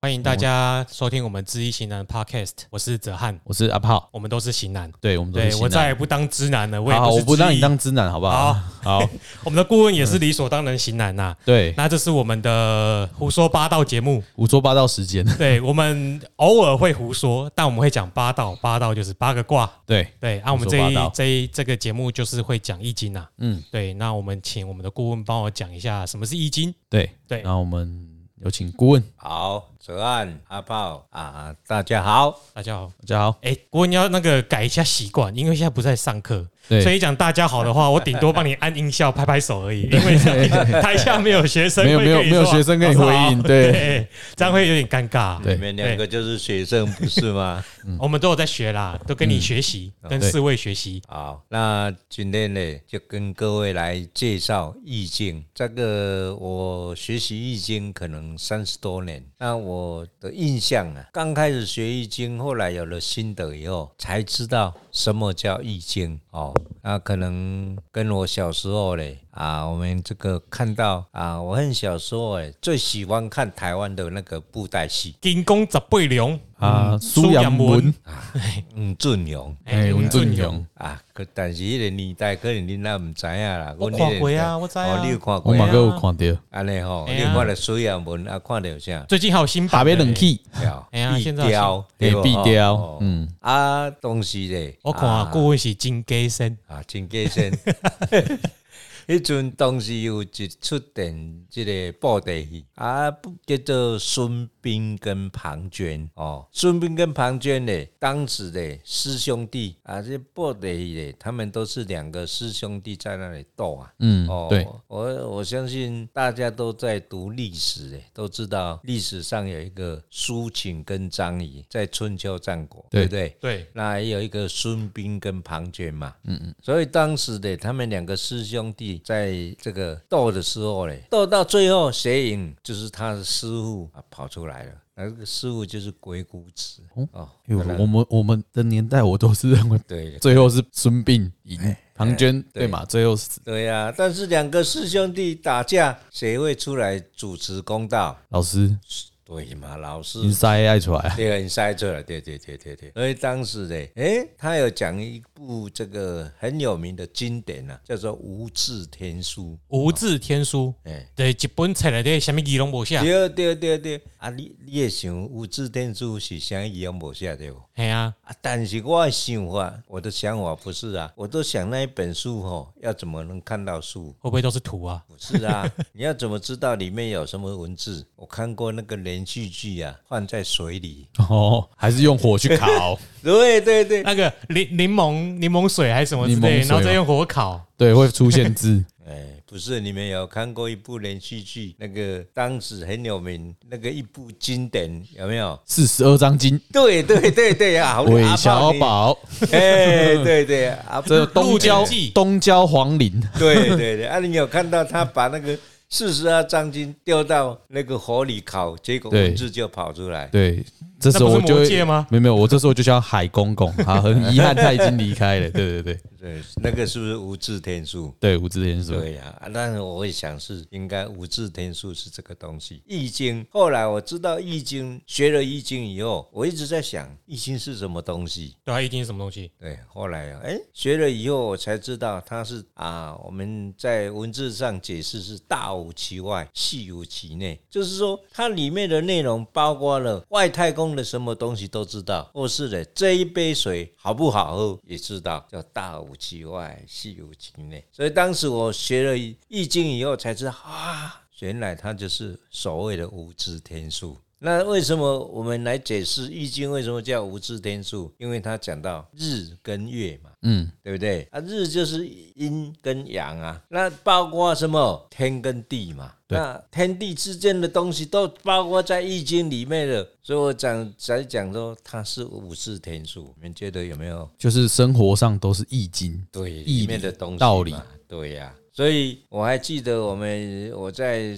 欢迎大嗯家收听我们知易行难的 Podcast，我是泽汉，我是阿炮，我们都是型男，对我们都是对型我男再也不当知男了，我也好好，我不不是知让易你当知男，好不好？好，我们的顾问也是理所当然型男呐、 对，那这是我们的胡说八道节目，胡说八道时间， 对我们偶尔会胡说，但我们会讲八道，八道就是八个卦。对，对，啊，我们胡这说八一道这一这个节目就是会讲易经啊。嗯，对，那我们请我们的顾问帮我讲一下什么是易经。对，对那我们有请顾问，好，泽岸阿炮啊，大家好。大家好，大家好，哎、顾问要那个改一下习惯，因为现在不在上课，对所以讲大家好的 话，我顶多帮你按音效拍拍手而已，因为这样台下没有学生没会有跟没你说，有没有学生跟你回应，对，对，这样会有点尴尬。嗯对你们两个就是学生，不是吗？我们都有在学啦，都跟你学习，跟对四位学习。 好，那今天呢，就跟各位来介绍《易经》。这个我学习《易经》可能三十多年，那我的印象啊，刚开始学《易经》，后来有了心得以后，才知道什么叫《易经》哦。那可能跟我小时候嘞啊，我们这个看到啊，我很小时候哎，最喜欢看台湾的那个布袋戏，金工十八龙，啊，苏苏阳阳文文，嗯，俊勇。哎，文俊正勇，啊，可但是迄个年代可能恁也毋知影啦。我阮看迄个过啊年代我知啊哦，你有看我过马啊？哥有看到，安尼吼，哎你呀看了水啊文啊，看到啥？最近还有新下版的边冷气，了哎呀壁现在有雕，对，不壁哦雕哦，嗯，啊，东西咧，我看啊，啊顾问是金鸡身，啊，真过 身。迄阵当时有一出电，即个布袋戏啊，不叫做孙膑跟庞涓哦。孙膑跟庞涓呢，当时的师兄弟啊，这布袋戏呢，他们都是两个师兄弟在那里斗啊。嗯哦，对，我我相信大家都在读历史，诶，都知道历史上有一个苏秦跟张仪在春秋战国，对对不对？对，那也有一个孙膑跟庞涓嘛，嗯嗯，所以当时的他们两个师兄弟在这个斗的时候嘞，斗到最后谁赢，就是他的师傅啊跑出来了，那个师傅就是鬼谷子哦哦，哎呦本来我们我们的年代，我都是认为对最后是孙膑赢庞涓，对对嘛？最后是对呀、但是两个师兄弟打架，谁会出来主持公道？老师对嘛，老师金塞爱出 来，对，很塞车了，对对对对对。所以当时呢，诶，他有讲一部这个很有名的经典啊，叫做《无字天书无字天书，》。诶，对，一本册内底什么字拢无写，哎对对对对，啊，你你也想《无字天书》是啥伊样无写对不？系啊，啊，但是我的想法，我的想法不是啊，我都想那一本书吼、要怎么能看到书？会不会都是图啊？不是啊， 你要怎么知道里面有什么文字？我看过那个连续剧啊，放在水里。哦，还是用火去烤，对对对，那个柠柠檬柠檬水还是什么之柠类檬的，水啊然后再用火烤，对，会出现字，哎，不是，你们有看过一部连续剧？那个当时很有名，那个一部经典，有没有？四十二章经，对对对对啊，好韦小，宝，阿炮你哎，对对啊，这东郊鹿鼎记东郊黄陵， 对对对啊，你有看到他把那个四十二章经丢到那个火里烤，结果对文字就跑出来。对，这时候我那不就是魔会戒吗没有没有，我这时候就叫海公公啊， 很遗憾他已经离开了，对对对对，那个是不是无字天书？对，吴志贤说，对呀、啊，但是我会想是应该无字天书是这个东西，《易经》。后来我知道《易经》，学了《易经》以后，我一直在想，《易经》是什么东西。对啊，一定是什么东西？对，后来啊，哎，学了以后我才知道它是啊，我们在文字上解释是大无其外，细无其内，就是说它里面的内容包括了外太空的什么东西都知道，或是的这一杯水好不好喝也知道，叫大无其外，细无其内。所以当时我学了《易经》以后才知道啊，原来它就是所谓的无知天书。那为什么我们来解释《易经》为什么叫无字天数？因为它讲到日跟月嘛，嗯，对不对？啊，日就是阴跟阳啊，那包括什么天跟地嘛，对那天地之间的东西都包括在《易经》里面的，所以我讲才讲说它是五字天数，你们觉得有没有就是生活上都是易经，对义里面理的东西道嘛理，对呀、所以我还记得我们我在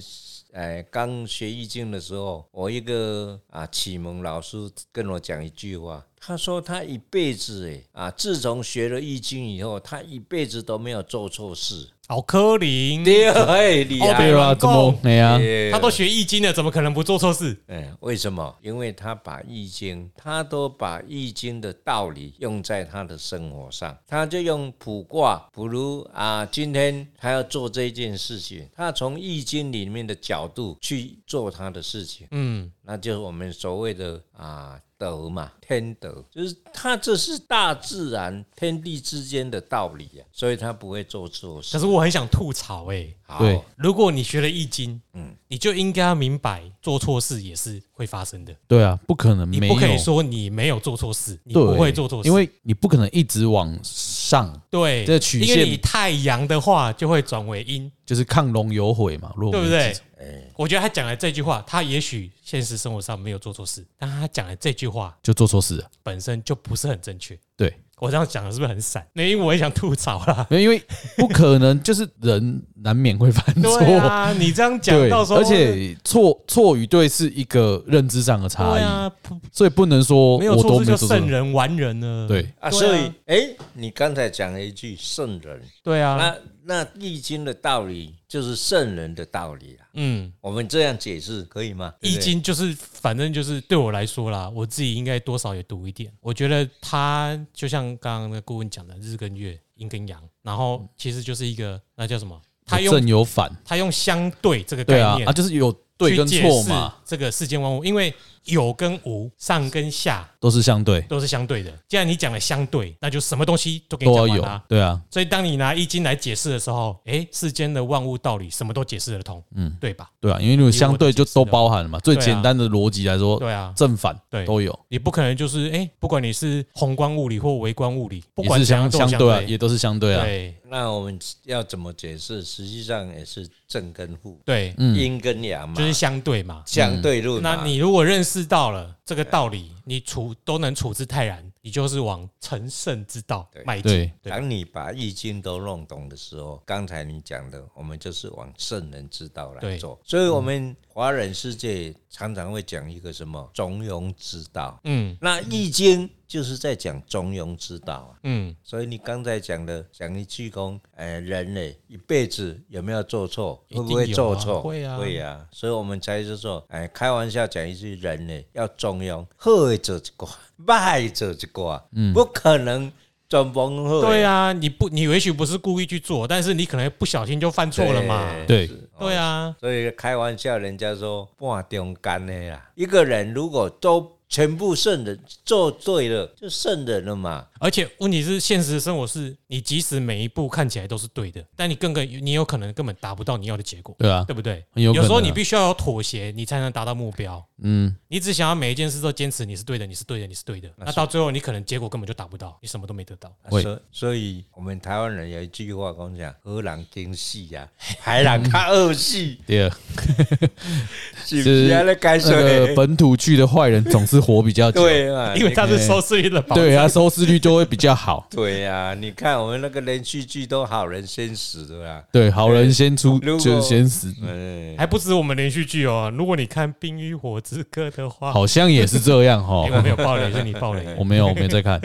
呃刚学易经的时候，我一个啊启蒙老师跟我讲一句话，他说他一辈子哎啊，自从学了易经以后，他一辈子都没有做错事。好柯哦林，对，哎，厉哦啊对害，啊，怎么哎呀？对他都学易经了，怎么可能不做错事？哎，为什么？因为他把《易经》，他都把《易经》的道理用在他的生活上，他就用卜卦，比如啊，今天他要做这件事情，他从《易经》里面的角度去做他的事情，嗯，那就是我们所谓的啊德嘛，天德，就是他这是大自然天地之间的道理啊，所以他不会做错可事。是我很想吐槽哎、好，对如果你学了易经，嗯你就应该要明白做错事也是会发生的，对啊，不可能你没有不可以说你没有做错事，你对不会做错事，因为你不可能一直往上，对这曲因线为你太阳的话就会转为阴，就是亢龙有悔嘛，如果对不对？哎，我觉得他讲了这句话，他也许现实生活上没有做错事，但他讲了这句话就做错事了。本身就不是很正确。对，我这样讲的是不是很散？那因为我也想吐槽 啦。没有，因为不可能，就是人难免会犯对错。啊，你这样讲对，到时候，而且错错与对是一个认知上的差对异，啊，不所以不能说没有我都错没事有就做错圣。人完人了。对，对啊，啊所以哎，你刚才讲了一句圣人，对啊，那那易经的道理就是圣人的道理啊。嗯，我们这样解释可以吗？对易不对，经就是反正就是对我来说啦，我自己应该多少也读一点。我觉得它就像刚刚那个顾问讲的，日跟月、阴跟阳，然后其实就是一个那叫什么？他嗯有用正有反，他用相对这个概对啊念啊，就是有对跟去解错释嘛，这个世间万物，因为有跟无、上跟下都是相对，都是相对的。既然你讲了相对，那就什么东西都给都你讲要完有啦。，对啊，所以当你拿易经来解释的时候，诶，世间的万物道理什么都解释得通，嗯嗯，对吧？对啊，因为你有相对就都包含了嘛，最对啊简单的逻辑来说，对啊，正反对都有，你不可能就是诶，不管你是宏观物理或微观物理，不也管是怎样相都有相相对啊，也都是相对啊，对那我们要怎么解释？实际上也是正跟负，对，嗯，阴跟阳嘛，就是相对嘛。相对论嘛。那你如果认识到了这个道理，你处都能处之泰然，你就是往成圣之道对迈进。对，对当你把易经都弄懂的时候，刚才你讲的，我们就是往圣人之道来对嗯做。所以，我们华人世界常常会讲一个什么中庸之道。嗯那易经就是在讲中庸之道啊。嗯，所以你刚才讲的，讲一句公，哎，人呢一辈子有没有做错？一会定不会做有错？啊会啊会啊。所以我们才是说，哎，开玩笑讲一句，人呢要中庸，好的做一卦，坏的做一卦，不可能全部拢好的。嗯对啊，你不，你也许不是故意去做，但是你可能不小心就犯错了嘛。对是哦对啊，所以开玩笑，人家说半中间的啦。一个人如果都全部圣人做对了，就圣人了嘛。而且问题是，现实生活是你即使每一步看起来都是对的，但你更更你有可能根本达不到你要的结果，对啊，对不对？很有可时候你能啊，必须要有妥协，你才能达到目标。嗯，你只想要每一件事都坚持你是对的，你是对的，你是对的，那到最后你可能结果根本就达不到，你什么都没得到。会啊所所以，我们台湾人有一句话讲讲：好人精死呀，害人较恶死， 第二，是不是？啊？那该那个说本土剧的坏人总是活比较久，对啊呃嘛？。因为它是收视率的保证哎对啊，收视率就会比较好对呀，你看我们那个连续剧都好人先死的啦。对，好人先出如果就是先死，嗯，还不止我们连续剧哦。如果你看《冰与火之歌》的话，好像也是这样 哈哎，。我没有爆雷，是你爆雷。 我没有，我没有 在看。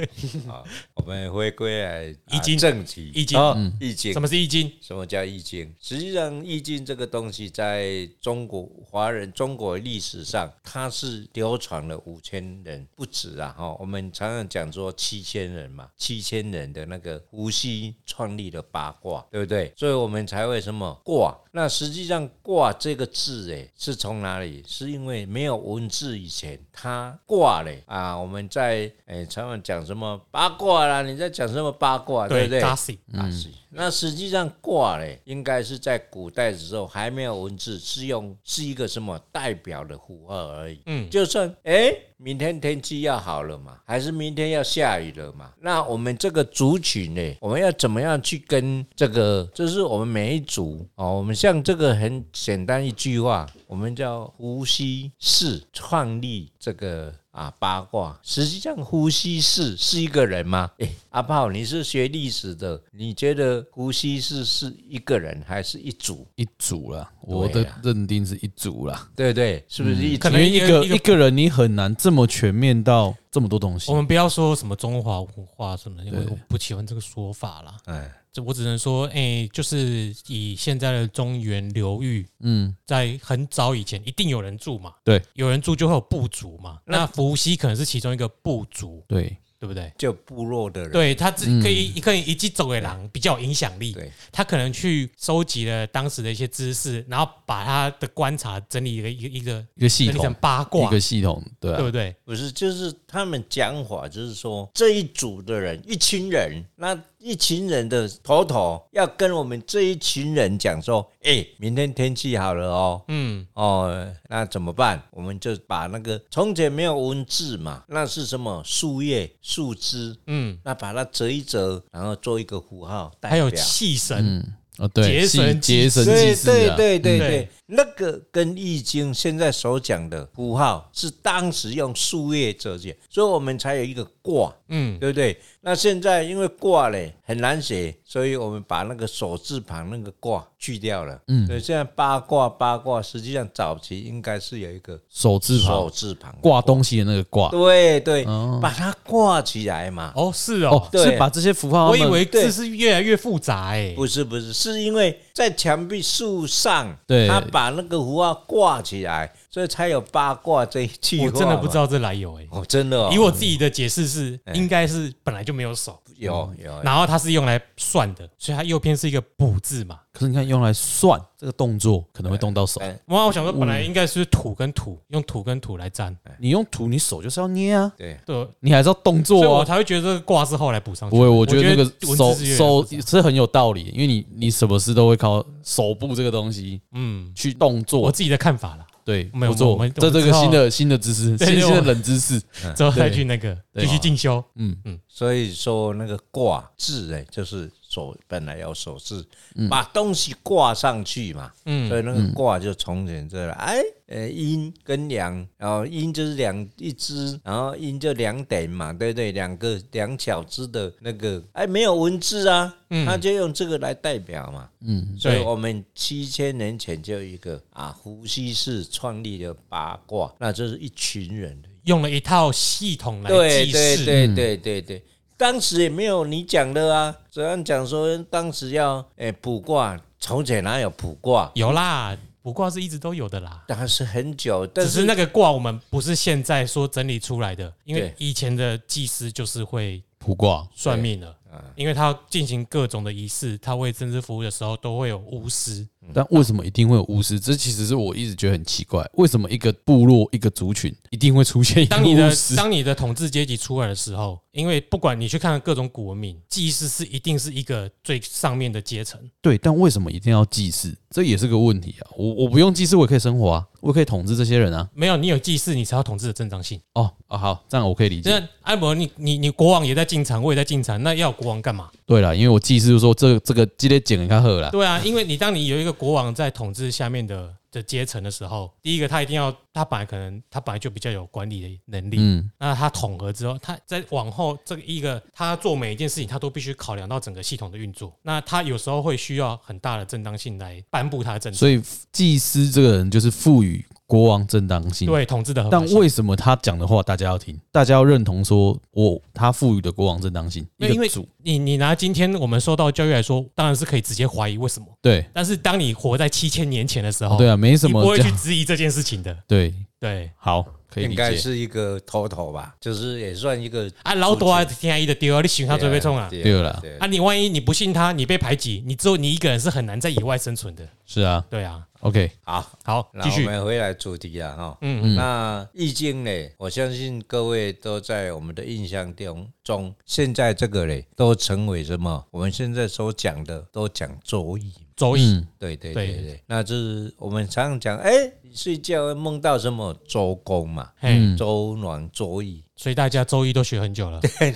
好，我们回归来啊易经正题，易经嗯啊易经什么是易经？什么叫易经？实际上，易经这个东西在中国华人中国历史上，它是流传了五千人不止啊！哈，我们常常讲说七千人嘛，七千人的那个伏羲创立了八卦，对不对？所以我们才会什么卦？那实际上“卦”这个字，哎，是从哪里？是因为没有文字以前，它卦嘞啊，我们在哎常常讲什么八卦啦，你在讲什么八卦，对不对？ ，gossip，啊，是。那实际上卦嘞，应该是在古代的时候还没有文字，是用是一个什么代表的符号而已。嗯就算哎，明天天气要好了嘛，还是明天要下雨了嘛？那我们这个族群呢，我们要怎么样去跟这个？就是我们每一族哦，我们像这个很简单一句话，我们叫伏羲氏创立这个。啊，八卦实际上伏羲氏是一个人吗？哎，阿炮，你是学历史的，你觉得伏羲氏是一个人还是一组？一组啦，我对的啊认定是一组啦。对不对？是不是一可组？因能为一一个个一个一个人你很难这么全面到这么多东西我。们不要说什么中华文化什么的，因为对我不喜欢这个说法啦。哎，这我只能说，哎、就是以现在的中原流域，嗯，在很早以前一定有人住嘛，对，有人住就会有部族嘛。那伏羲可能是其中一个部族，对，对不对？就部落的人，对他只嗯可以可以一记走给狼，比较有影响力。对他可能去收集了当时的一些知识，然后把他的观察整理一个一个一个一个系整理成统，八一卦，个系统，对对啊，不对？不是，就是他们讲法，就是说这一组的人，一群人，那一群人的头头要跟我们这一群人讲说，哎、明天天气好了哦，嗯，哦，那怎么办？我们就把那个从前没有文字嘛，那是什么树叶、树枝，嗯，那把它折一折，然后做一个符号代表。还有气神，嗯，哦，对，结系绳结绳对记事对啊，对对嗯对对，那个跟易经现在所讲的符号是当时用树叶折起来，所以我们才有一个卦，嗯，对不对？那现在因为卦嘞很难写，所以我们把那个手字旁那个卦去掉了。嗯，所以现在八卦八卦，实际上早期应该是有一个手字手旁字旁，挂东西的那个挂，对对，哦把它挂起来嘛。哦，是哦哦，，对是把这些符号，我以为对字是越来越复杂哎、不是不是，是因为在墙壁树上，对他把那个符号挂起来，所以才有八卦这一句话。我真的不知，道这来由哎、哦，真的、哦，以我自己的解释是哎，应该是本来就没有手，有有然后它是用来算的，所以它右边是一个补字嘛。可是你看用来算这个动作，可能会动到手。哎哇，我想说本来应该是土跟土，用土跟土来粘，哎你用土，你手就是要捏啊，对，对，你还是要动所以作我啊。才会觉得这个卦是后来补上去不的。会，我觉得那个文手字是越来越手复杂是很有道理，因为你你什么事都会靠手部这个东西嗯，去动我作。自己的看法啦，对，没有不错我们这我们这知个道新的新的知识，对新对新的我冷知识。嗯之后再去那个对继续进修。嗯，嗯，所以说那个挂字哎，就是手本来有手字，把东西挂上去嘛，所嗯以那个卦就从前这来，哎，呃，阴跟阳，然后阴就是两一只，然后阴就两点嘛，对不对？两个两小只的那个，哎，没有文字啊，他就用这个来代表嘛。嗯，所以嗯对我们七千年前就有一个啊，伏羲氏创立了八卦，那就是一群人的。用了一套系统来嗯对记对事，对对对对，当时也没有你讲的啊，怎样讲说当时要哎卜卦，从前哪有卜卦？有啦，卜卦是一直都有的啦。但是很久，但只是是那个卦我们不是现在说整理出来的，因为对以前的祭司就是会卜卦，算命的，啊因为他进行各种的仪式，他为政治服务的时候都会有巫 师。但为什么一定会有巫师？这其实是我一直觉得很奇怪，为什么一个部落一个族群一定会出现一个当你的巫师？当你的统治阶级出来的时候，因为不管你去看各种古文明，祭司是一定是一个最上面的阶层。对，但为什么一定要祭祀？这也是个问题啊！我我不用祭祀，我也可以生活啊，我也可以统治这些人啊。没有你有祭祀，你才有统治的正当性。哦啊，好，这样我可以理解。那艾伯，你你你国王也在进场，我也在进场，那要国王干嘛？对了，因为我祭祀就说这这个今天剪一下喝 啦。对啊，因为你当你有一个国王在统治下面的的阶层的时候，第一个他一定要，他本来可能他本来就比较有管理的能力，嗯，那他统合之后，他在往后这个一个他做每一件事情，他都必须考量到整个系统的运作。那他有时候会需要很大的正当性来颁布他的政策，所以祭司这个人就是赋予国王正当性。，对统治的合法但性。为什么他讲的话大家要听？大家要认同说我他赋予的国王正当性。因为因为一个主你你拿今天我们受到教育来说，当然是可以直接怀疑为什么。对、但是当你活在七千年前的时候，哦对啊，没什你不么会去讲。质疑这件事情的。对，对好，可以应理该解。是一个头头吧，就是也算一个啊，老多啊，天一的丢啊，你喜欢他最会冲啊。对了对啊，你万一你不信他，你被排挤，你只有你一个人是很难在野外生存的。是啊对啊， ，OK，好，好，那继我续。们嗯回来主题了哈。嗯嗯那易经呢？我相信各位都在我们的印象中中，现在这个嘞都成为什么？我们现在所讲的都讲周易。周易，嗯，对对对对对，那就是我们常常讲，哎，你睡觉会梦到什么周公嘛，嘿， 嗯周暖、周易，所以大家周一都学很久了，对，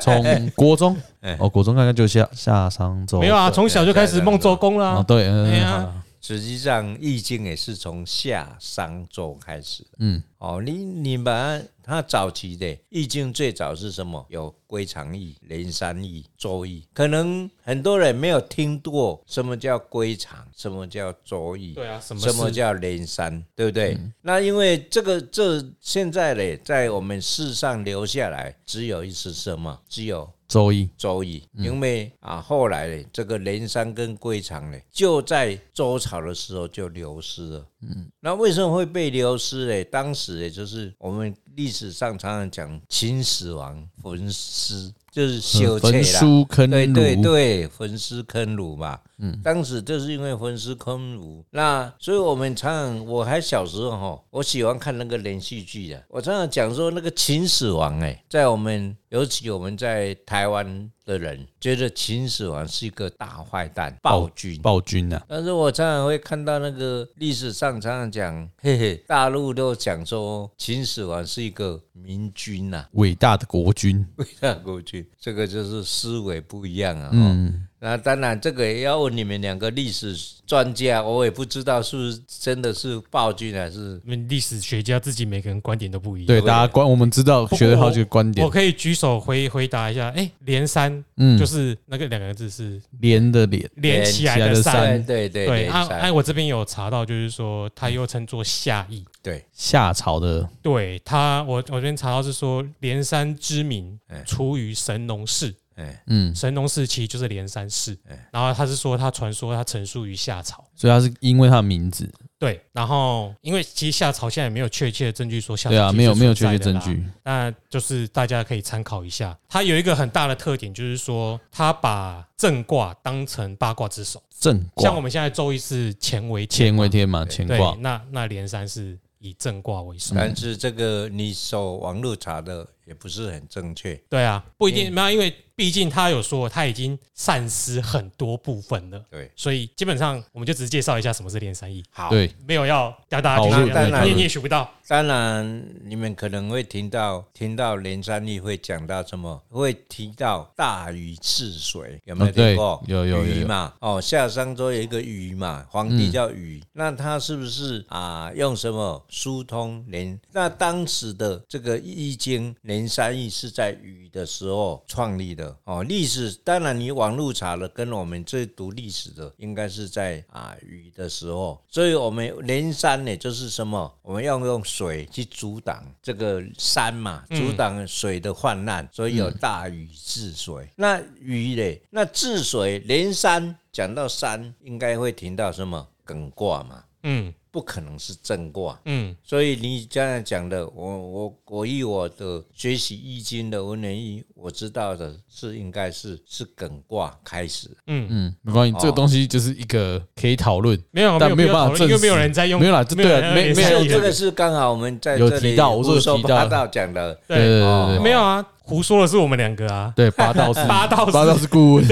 从国中哎哦，国中大概就下下商周没有啊？从小就开始梦周公啊，啦。对，嗯哎，呀好啦实际上《易经》也是从夏商周开始的。嗯，哦，你你把它它早期的《易经》最早是什么？有归藏易、连山易、周易，可能很多人没有听过什么叫归藏，什么叫周易。对啊，什么什么是叫连山，对不对？那因为这个这现在呢，在我们世上留下来只有一次什么？只有周易周易，因为啊，后来呢，这个连山跟归藏呢，就在周朝的时候就流失了。嗯，那为什么会被流失呢？当时也就是我们历史上常常讲秦始皇焚尸，就是羞嗯焚怯啦。书坑对儒，对对，焚尸坑儒嘛，嗯，当时就是因为焚尸坑儒，那所以我们常常，我还小时候哈，我喜欢看那个连续剧的，我常常讲说那个秦始皇哎、在我们尤其我们在台湾的人觉得秦始皇是一个大坏蛋暴君。暴君啊，但是我常常会看到那个历史上常常讲，嘿嘿，大陆都讲说秦始皇是一个明君呐、伟大的国君，大国君，这个就是思维不一样啊、哦。嗯，那当然，这个也要问你们两个历史专家，我也不知道是不是真的是暴君还是你嗯们历史学家自己每个人观点都不一样。对，大家观我们知道过学了好几个观点我，可以举手回回答一下，哎、连山嗯，就是那个两个字是连的连，连连起起来来的的山山。对对，对对按三按我这边有查到，就是说它又称作夏邑。对夏朝的对它，我我这边查到是说连山之名哎出于神农氏，哎嗯，神农氏其实就是连山氏哎。然后他是说他传说他成述于夏朝。所以他是因为他的名字，对，然后因为其实夏朝现在也没有确切的证据说夏朝对啊，其实没有是没有确存切在的证啦据，那就是大家可以参考一下。它有一个很大的特点，就是说它把正卦当成八卦之首，震像我卦、们现在周易是乾为天乾嘛为天嘛，乾对卦，，嗯那那连山是以正卦为首。但是这个你手网络查的也不是很正确。对啊，不一定，没有，因为毕竟他有说他已经散失很多部分了，对，所以基本上我们就只是介绍一下什么是连山易，好，对，没有要教大家好去那了解当然你也你也学不到。当然你们可能会听到听到连山义会讲到什么，会提到大禹治水，有没有哦对听过？有有有禹有嘛，哦，夏商周有一个禹嘛，皇帝叫禹，嗯那他是不是啊？用什么疏通连？那当时的这个《易经》连山易是在禹的时候创立的哦。历史当然你网络查了，跟我们这读历史的应该是在啊禹的时候，所以我们连山呢就是什么？我们要用水去阻挡这个山嘛，阻挡水的泛滥，所以有大禹治水。那禹嘞，那治水连山，讲到山，应该会听到什么艮卦嘛？嗯不可能是正卦，嗯，所以你刚才讲的，我我我以我的学习易经的文人易，我知道的是应该是是艮卦开始，嗯，没关系，这个东西就是一个可以讨论，没有但没没有必要办讨法论证因为没有实人在用，没有啦这对啊人在用没连没山有易人了这个是刚好我们在有这里提到我这有胡说提到八道讲的，对对对，对对没有啊，胡说的是我们两个啊，对，八道是 八道是八道是顾问，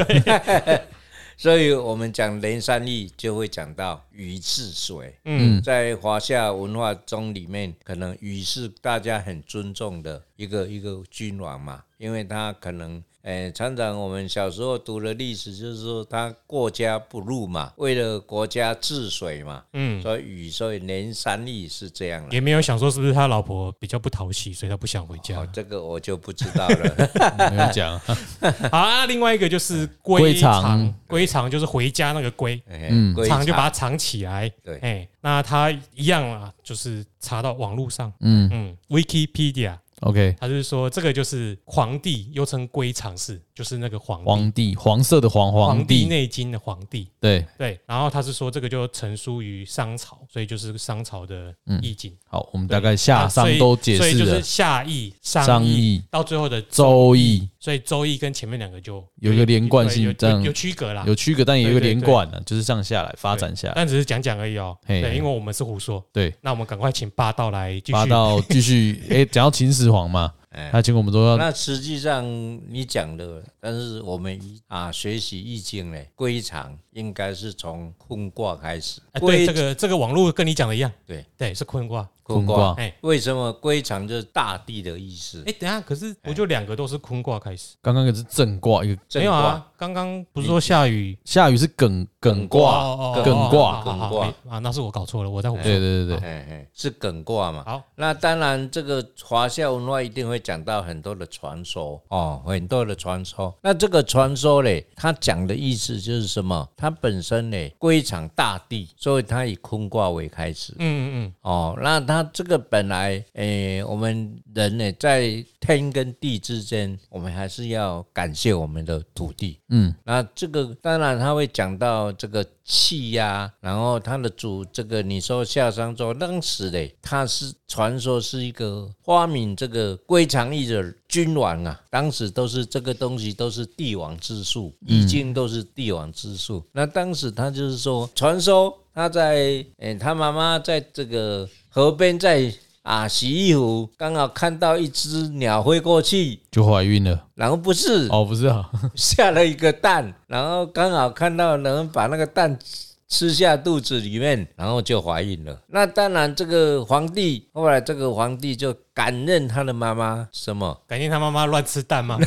所以我们讲连山易就会讲到禹治水。嗯，在华夏文化中里面，可能禹是大家很尊重的一个一个君王嘛，因为他可能。诶，常常我们小时候读的历史就是说他过家不入嘛，为了国家治水嘛，嗯所以禹所以连三易是这样了。也没有想说是不是他老婆比较不讨喜，所以他不想回家哦，。这个我就不知 道 了。没有讲，好啊，另外一个就是归归藏藏，归藏就是回家那个归，嗯，归藏就把它藏起来。对哎，那它一样啊，就是查到网络上，嗯嗯，Wikipedia， ，OK，它就是说这个就是皇帝，又称归藏氏，就是那个皇帝，皇帝，黄色的黄， 《皇黄帝帝，内经》的皇帝。对，对，然后他是说这个就成书于商朝，所以就是商朝的易经。好，我们对大概夏啊所商以都解所以释就是了，夏易、商商易易到最后的周易所以周易跟前面两个就有一个连贯性对有这样有有区隔啦，有区隔，但也有一个啊对对连贯的，就是上下来发展下来，但只是讲讲而已哦。嘿对，因为我们是胡说，对，那我们赶快请霸道来继续。哎八道继续，哎，讲到秦始 皇嘛，他结果我们都要那实际上你讲的，但是我们一啊学习易经呢，归藏应该是从坤卦开始。哎，归对，这个这个网络跟你讲的一样，对对，是坤卦。坤坤卦卦哎，为什么归藏就是大地的意思？哎，等一下，可是我就两个都是坤卦开始，刚刚可是震卦，一个震没有卦啊？刚刚不是说下雨下雨是艮艮哦卦，哦哦艮哦卦好好好艮卦没啊？那是我搞错了，我在胡说。对对对对，哎哎，是艮卦嘛？好，那当然，这个华夏文化一定会讲到很多的传说哦，很多的传说。那这个传说嘞，它讲的意思就是什么？它本身嘞归藏大地，所以它以坤卦为开始。嗯嗯哦，那它这个本来，诶、我们人呢，在天跟地之间，我们还是要感谢我们的土地。嗯，那这个当然他会讲到这个气呀、然后它的主这个你说夏商周当时嘞，他是传说是一个发明这个归藏易的君王啊，当时都是这个东西都是帝王之术，易经都是帝王之术。那当时他就是说，传说他在诶、他妈妈在这个河边在。啊，洗衣服，刚好看到一只鸟飞过去，就怀孕了。然后不是，哦，不是啊， 下了一个蛋，然后刚好看到人把那个蛋吃下肚子里面，然后就怀孕了。那当然，这个皇帝后来这个皇帝就感任他的妈妈什么嗯，？感谢他妈妈乱吃蛋 吗？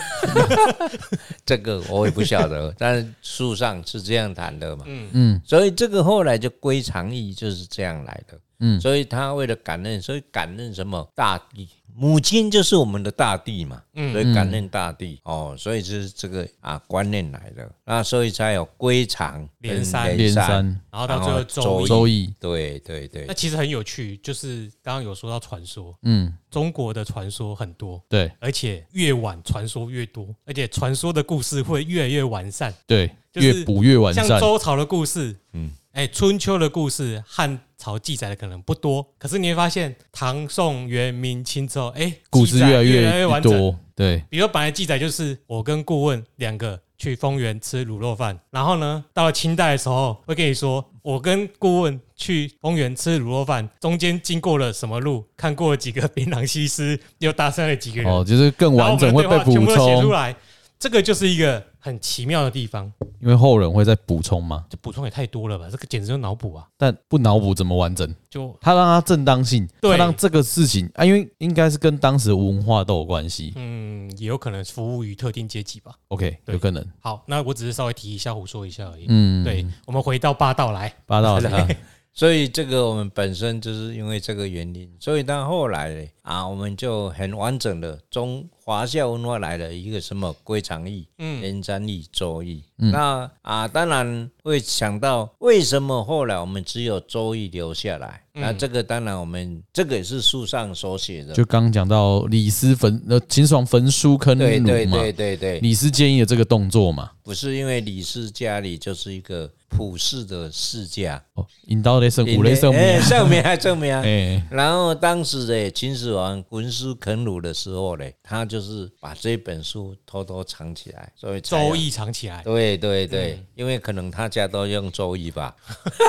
这个我也不晓 得，但是书上是这样谈的嘛。嗯所以这个后来就归常义就是这样来的。嗯所以他为了感恩，所以感恩什么大地，母亲就是我们的大地嘛，嗯所以感恩大地哦，所以是这个啊观念来的，那所以才有归常连跟山连山然后到最后周周易易。周易，对对对那，其实很有趣，就是刚刚有说到传说，嗯，中国的传说很多，对而且越晚传说越多，而且传说的故事会越来越完善。对，就是越补越完像善。周朝的故事，嗯嗯，哎、春秋的故事，汉朝记载的可能不多，可是你会发现，唐、宋、元、明、清之后，哎、故事记载越来越越完整。多，对，比如本来记载就是我跟顾问两个去丰原吃卤肉饭，然后呢，到了清代的时候会跟你说，我跟顾问去丰原吃卤肉饭，中间经过了什么路，看过了几个槟榔西施，又搭讪了几个人，哦，就是更然后我们完整的会对被话补全部都写出充，来，这个就是一个很奇妙的地方。因为后人会再补充嘛。这补充也太多了吧？这个简直就脑补啊！但不脑补怎么完整？就他让它正当性，对他让这个事情啊，因为应该是跟当时文化都有关系。嗯，也有可能服务于特定阶级吧。 OK，对有可能，好，那我只是稍微提一下，胡说一下而已。嗯，对，，我们回到霸道来。八道啊来看，所以这个我们本身就是因为这个原因，所以到后来嘞啊，我们就很完整的中华夏文化来了一个什么归藏易、嗯连山易、周易。嗯那啊，当然会想到为什么后来我们只有周易留下来。嗯那这个当然我们这个也是书上所写的，就刚刚讲到李斯焚呃秦爽焚书坑对对儒嘛，对对对，李斯建议的这个动作嘛，不是因为李氏家里就是一个普世的世家，哦，引导雷圣五雷圣母，哎圣明还圣明 啊。哎，然后当时的秦始皇焚书坑儒的时候呢，他就是把这本书偷偷藏起来，所以才有啊周。易藏起来，对对对，嗯因为可能他家都用周易吧，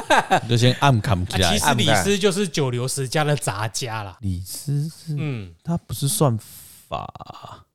哎就先暗砍啊起来其。实暗李淡斯就是九流十家的杂家啦。李斯是嗯，他不是算法，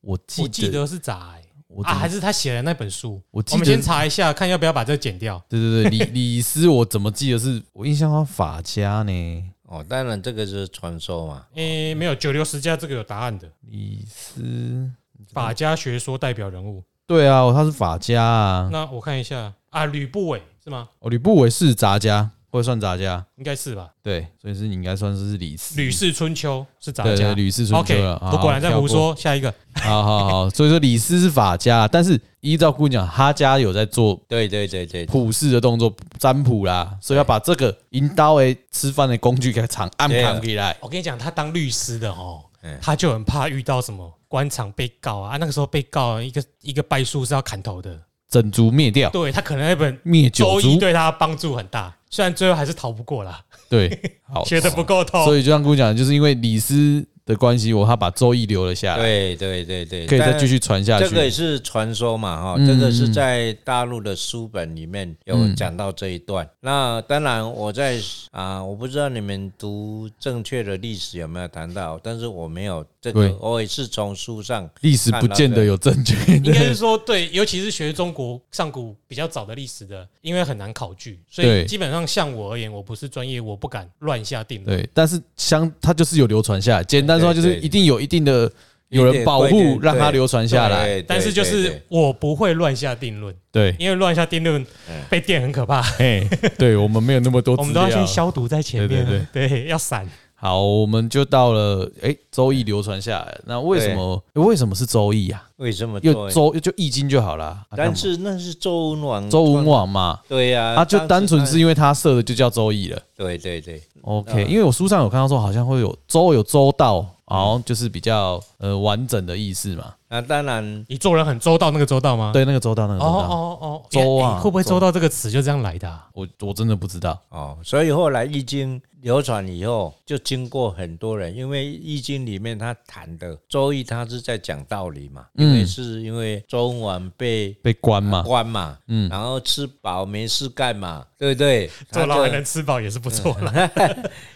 我我记记得，得是杂、欸。我啊，怎么还是他写的那本书，我记我们得先查一下，看要不要把这个剪掉。对对对，李 李斯我怎么记得是我印象中法家呢？哦，当然这个就是传说嘛。诶、没有九流十家这个有答案的，李斯，法家学说代表人物。对啊，他是法家啊。那我看一下啊，吕不韦是吗？哦，吕不韦是杂家，或者算杂家，应该是吧。对，所以是你应该算是李斯。 《吕氏春秋》是杂嗯对家对，。吕氏春秋 OK，了。我果然在胡啊跳过。说。下一个，好好好，所以说李斯是法家，但是依照姑讲，他家有在做对对对对，普世的动作占卜啦，所以要把这个引导诶吃饭的工具给它藏暗对啊藏起来。我跟你讲，他当律师的哦哎嗯，他就很怕遇到什么官场被告啊。啊那个时候被告一个一个败诉是要砍头的，整族灭掉，对他可能那本灭九周易族。对他帮助很大，虽然最后还是逃不过啦，对，好，学的不够透哦所。以就像姑讲，就是因为李斯的关系，我他把周易留了下来，对对对对，啊可以再继续。续传下这个也去。是传说嘛，哈、嗯这个是在大陆的书本里面有讲到这一段。那当然，我在啊、我不知道你们读正确的历史有没有谈到，但是我没有这对个我也是从书上历史不见得有正确应该是的，说对，尤其是学中国上古比较早的历史的，因为很难考据，所对以基本上像我而言，我不是专业，我不敢乱下定论。对，但是相它就是有流传下来，简单说对就是对一定有一定的有人保一定护对让它流传下来，对对但是就对是我不会乱下定论，对， 因为乱下定论哎被电很可怕，嘿，对我们没有那么多我资们都要先料。消毒在前面，对对，要闪。好，我们就到了哎，周易流传下来，那为什么为什么是周易啊？为什么又做？周就易经就好啦。啊但是嗯那是周文 王，周文王嘛，对呀，啊，就单纯当时是因为他设的就叫周易了。他对对对 OK，因为我书上有看到说好像会有周有周到，好像就是比较呃完整的意思嘛。啊，当然你做人很周到，那个周到吗？，对，那个周到那个哦周到，哦哦，周啊哎会不会周到这个词就这样来的啊？我我真的不知道。哦，所以后来《易经》流传以后，就经过很多人，因为《易经》里面他谈的《周易》，他是在讲道理嘛，因为嗯是因为周文王被被关嘛，关嘛，嗯然后吃饱没事干嘛，对不对？坐牢他还就能吃饱也是不错啦。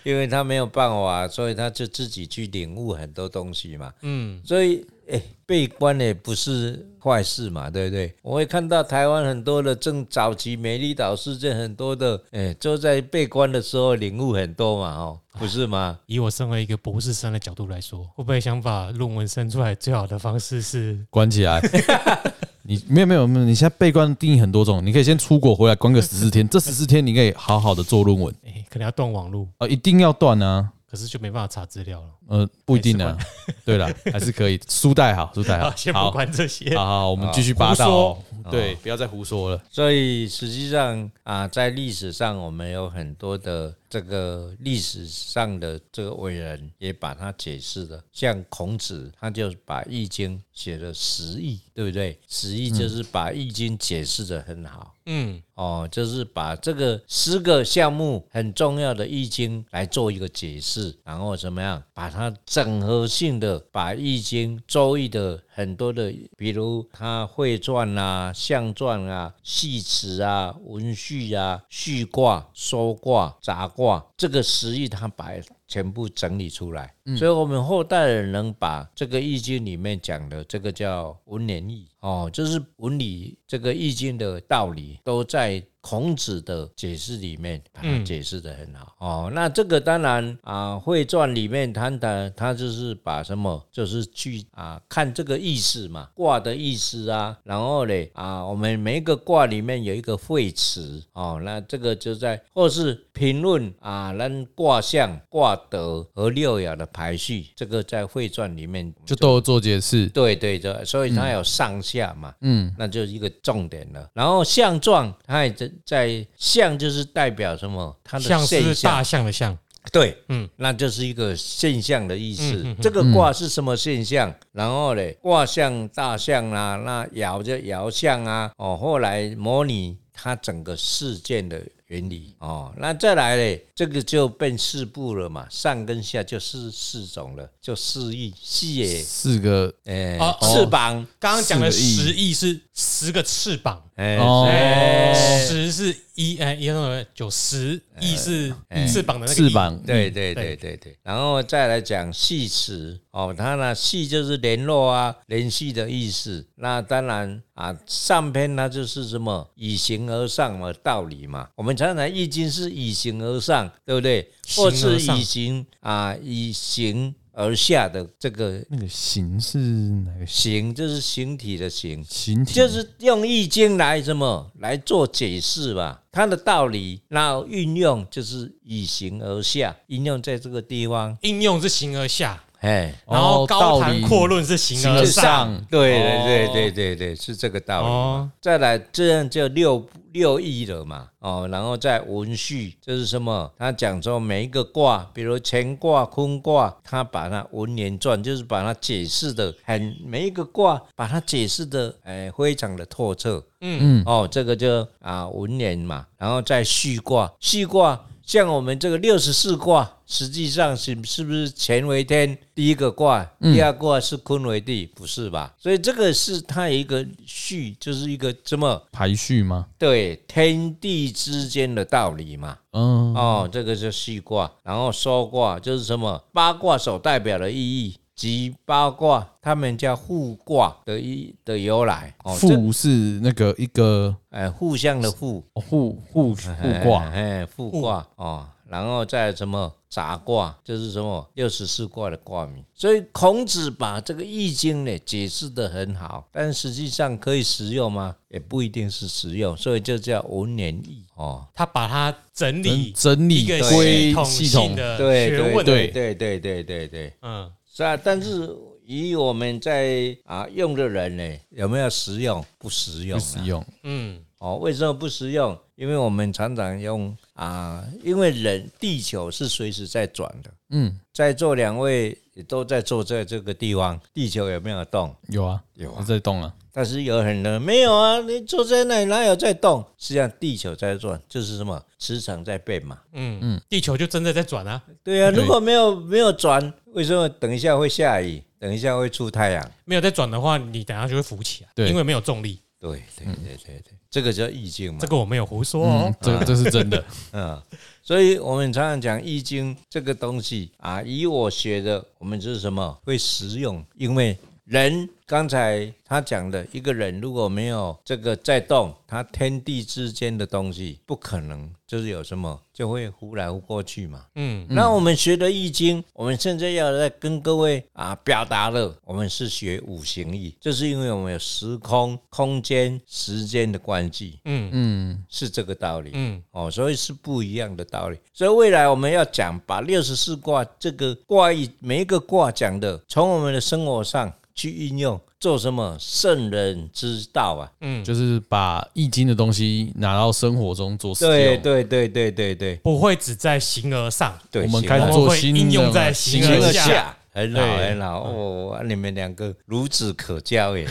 因为他没有办法，所以他就自己去领悟很多东西嘛。嗯，所以，哎、被关也不是坏事嘛，对不对？我会看到台湾很多的正早期美丽岛事件，很多的，哎、就在被关的时候领悟很多嘛，哦，不是吗？以我身为一个博士生的角度来说，会不会想把论文生出来最好的方式是关起来。你没有没有没有，你现在被关定义很多种，你可以先出国回来关个十四天，这十四天你可以好好的做论文，哎、可能要断网路，呃，一定要断啊，可是就没办法查资料了。呃，不一定啊， 对了，还是可以，书带好，书带好，好， 先不啊好，好管这些。好好，我们继续八道哦，说对，不要再胡说了，所以实际上啊，在历史上我们有很多的这个历史上的这个伟人也把它解释了，像孔子他就把《易经》写了十义，对不对？十义就是把《易经》解释的很好。嗯，哦，就是把这个十个项目很重要的易经来做一个解释，然后怎么样把它整合性的把易经、周易的很多的，比如它会传啊、象传啊、系辞啊、文序啊、序卦、收卦、杂卦，这个十义它把全部整理出来。所以我们后代人能把这个《易经》里面讲的这个叫文联易哦，就是文理这个《易经》的道理都在。孔子的解释里面，把它解释的很好、哦。那这个当然啊，《会传》里面谈的，他就是把什么，就是去啊看这个意思嘛，卦的意思啊，然后嘞啊，我们每一个卦里面有一个会词哦，那这个就在或是评论啊，咱卦象、卦德和六爻的排序，这个在《会传》里面就都有做解释，对对对，所以它有上下嘛，嗯，那就是一个重点了。然后象状，它也在在象就是代表什么？它的象现是象大象的象，对，嗯嗯，那就是一个现象的意思。嗯嗯嗯这个卦是什么现象？然后嘞，卦象、大象啊，那爻就爻象啊。哦，后来模拟它整个事件的原理。哦，那再来嘞，这个就变四步了嘛，上跟下就是四种了，就四翼、四也。四个哎、哦翅膀，刚刚讲的四个十翼是十个翅膀，哎、哦哎，哎十是一，哎，一二九十翼是翅膀的那个翼翅，膀，嗯对对对对对，然后再来讲系词哦，它呢系就是联络啊，联系的意思。那当然啊，上篇它就是什么以形而上嘛，道理嘛。我们常常《易经》是以形而上，对不对？形或而是上以形啊，以形而下的这个那个形是哪个形？形，就是形体的形。形体就是用易经来什么来做解释吧，它的道理，那运用就是以形而下，应用在这个地方，应用是形而下，哎，哦然后高道谈理阔论是形而形而上。上对对哦对对对对，是这个道理。哦，再来，这样就六六艺了嘛，哦，然后再文序，这是什么？他讲说每一个卦，比如乾卦、坤卦，他把它文言传，就是把它解释的很每一个卦，把它解释的哎非常的透彻。嗯嗯，哦，这个就啊文言嘛，然后再序卦，序卦。像我们这个六十四卦，实际上是是不是乾为天第一个卦，第二卦是坤为地，不是吧？所以这个是它有一个序，就是一个什么排序吗？对天地之间的道理嘛。哦嗯，哦，这个是序卦，然后收卦就是什么八卦所代表的意义。即包括他们叫互卦的一的由来哦，这互是那个一个哎互相的互哦互互互卦，哎，复卦哦，然后再什么杂卦，就是什么六十四卦的卦名。所以孔子把这个《易经》呢解释的很好，但实际上可以实用吗？也不一定是实用，所以就叫文言易哦。他把它整理整理一个归统系统性，的呃对学对问，对对对对对对，嗯，是啊。但是以我们在啊用的人呢，有没有实用？不实用、不啊，实用。嗯，哦，为什么不实用？因为我们常常用啊，因为人地球是随时在转的。嗯，在座两位也都在坐在这个地方，地球有没有动？有啊，有我。在动啊，但是有很多人没有啊，你坐在那里哪有在动？实际上地球在转，就是什么磁场在变嘛。嗯嗯，地球就真的在转啊，对啊，对如果没有没有转，为什么等一下会下雨，等一下会出太阳？没有在转的话，你等下就会浮起来，对因为没有重力。对对对对对，这个叫易经嘛这。个我没有胡说嗯哦，，这这是真的， 嗯，所以我们常常讲《易经》这个东西啊，以我学的，我们就是什么会实用，因为人刚才他讲的一个人如果没有这个在动，他天地之间的东西不可能就是有什么就会忽来忽过去嘛。嗯，那我们学的《易经》，我们现在要来跟各位啊表达的，我们是学五行易，这是因为我们有时空、空间、时间的关系，嗯嗯，是这个道理。嗯哦，所以是不一样的道理。所以未来我们要讲把六十四卦这个卦意，每一个卦讲的，从我们的生活上去运用，做什么圣人之道啊？ 嗯，就是把易经的东西拿到生活中做使对用。对对对对对不会只在形而上，对，我们行开始了我做们会新应用的在新形行而了而下下。很好，对嗯很好哦！你们两个孺子可 教也。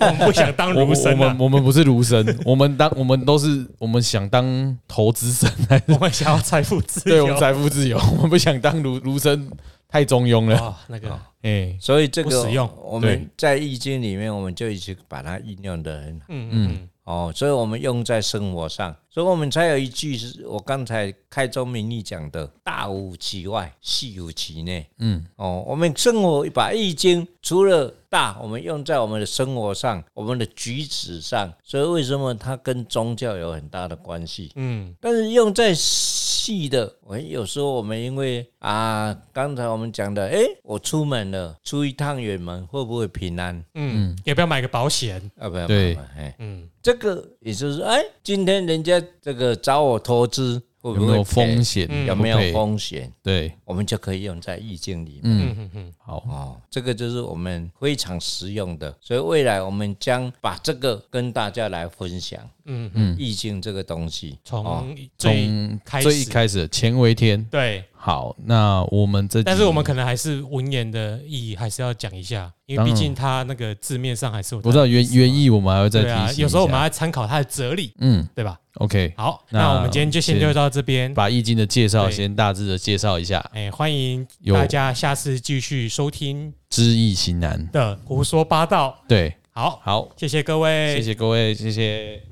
我们不想当我儒我生啊们，我们不是儒生，我们当我们都是我们想当投资神，还是我们想要财富自对我由们。财富自由，我们不想当儒儒生，太中庸了。哦，那个哎，所以这个不实用我对们在《易经》里面，我们就一直把它运用的很好。嗯嗯哦，所以我们用在生活上，所以我们才有一句是我刚才开宗明义讲的“大无其外，细无其内”。嗯，哦，我们生活把《易经》除了大，我们用在我们的生活上，我们的举止上，所以为什么它跟宗教有很大的关系？嗯但是用在细的，我有时候我们因为啊，刚才我们讲的，诶，我出门了，出一趟远门会不会平安？嗯嗯，要不要买个保险？啊，不要，对不要，哎，嗯，这个也就是说哎，今天人家这个找我投资会有不没会有风险？险？嗯有没有赔？风险？对，我们就可以用在易经里面。嗯，嗯嗯嗯，好，哦，这个就是我们非常实用的，所以未来我们将把这个跟大家来分享。嗯嗯，易经这个东西，哦从最从开最一始开始的乾为天。对，好，那我们这集但是我们可能还是文言的意义还是要讲一下，因为当毕然竟它那个字面上还是有它我知道的意原思嘛原意，我们还会再提对醒啊一，下有时候我们还参考它的哲理，嗯对吧？ ，OK，好，那那我们今天就先先就到这边。 把易经的介绍嗯对先大致的介绍一下，哎，欢迎有大家下次继续收听知易行难。的胡说八道。对，好，好，谢谢各位，谢谢各位，谢谢。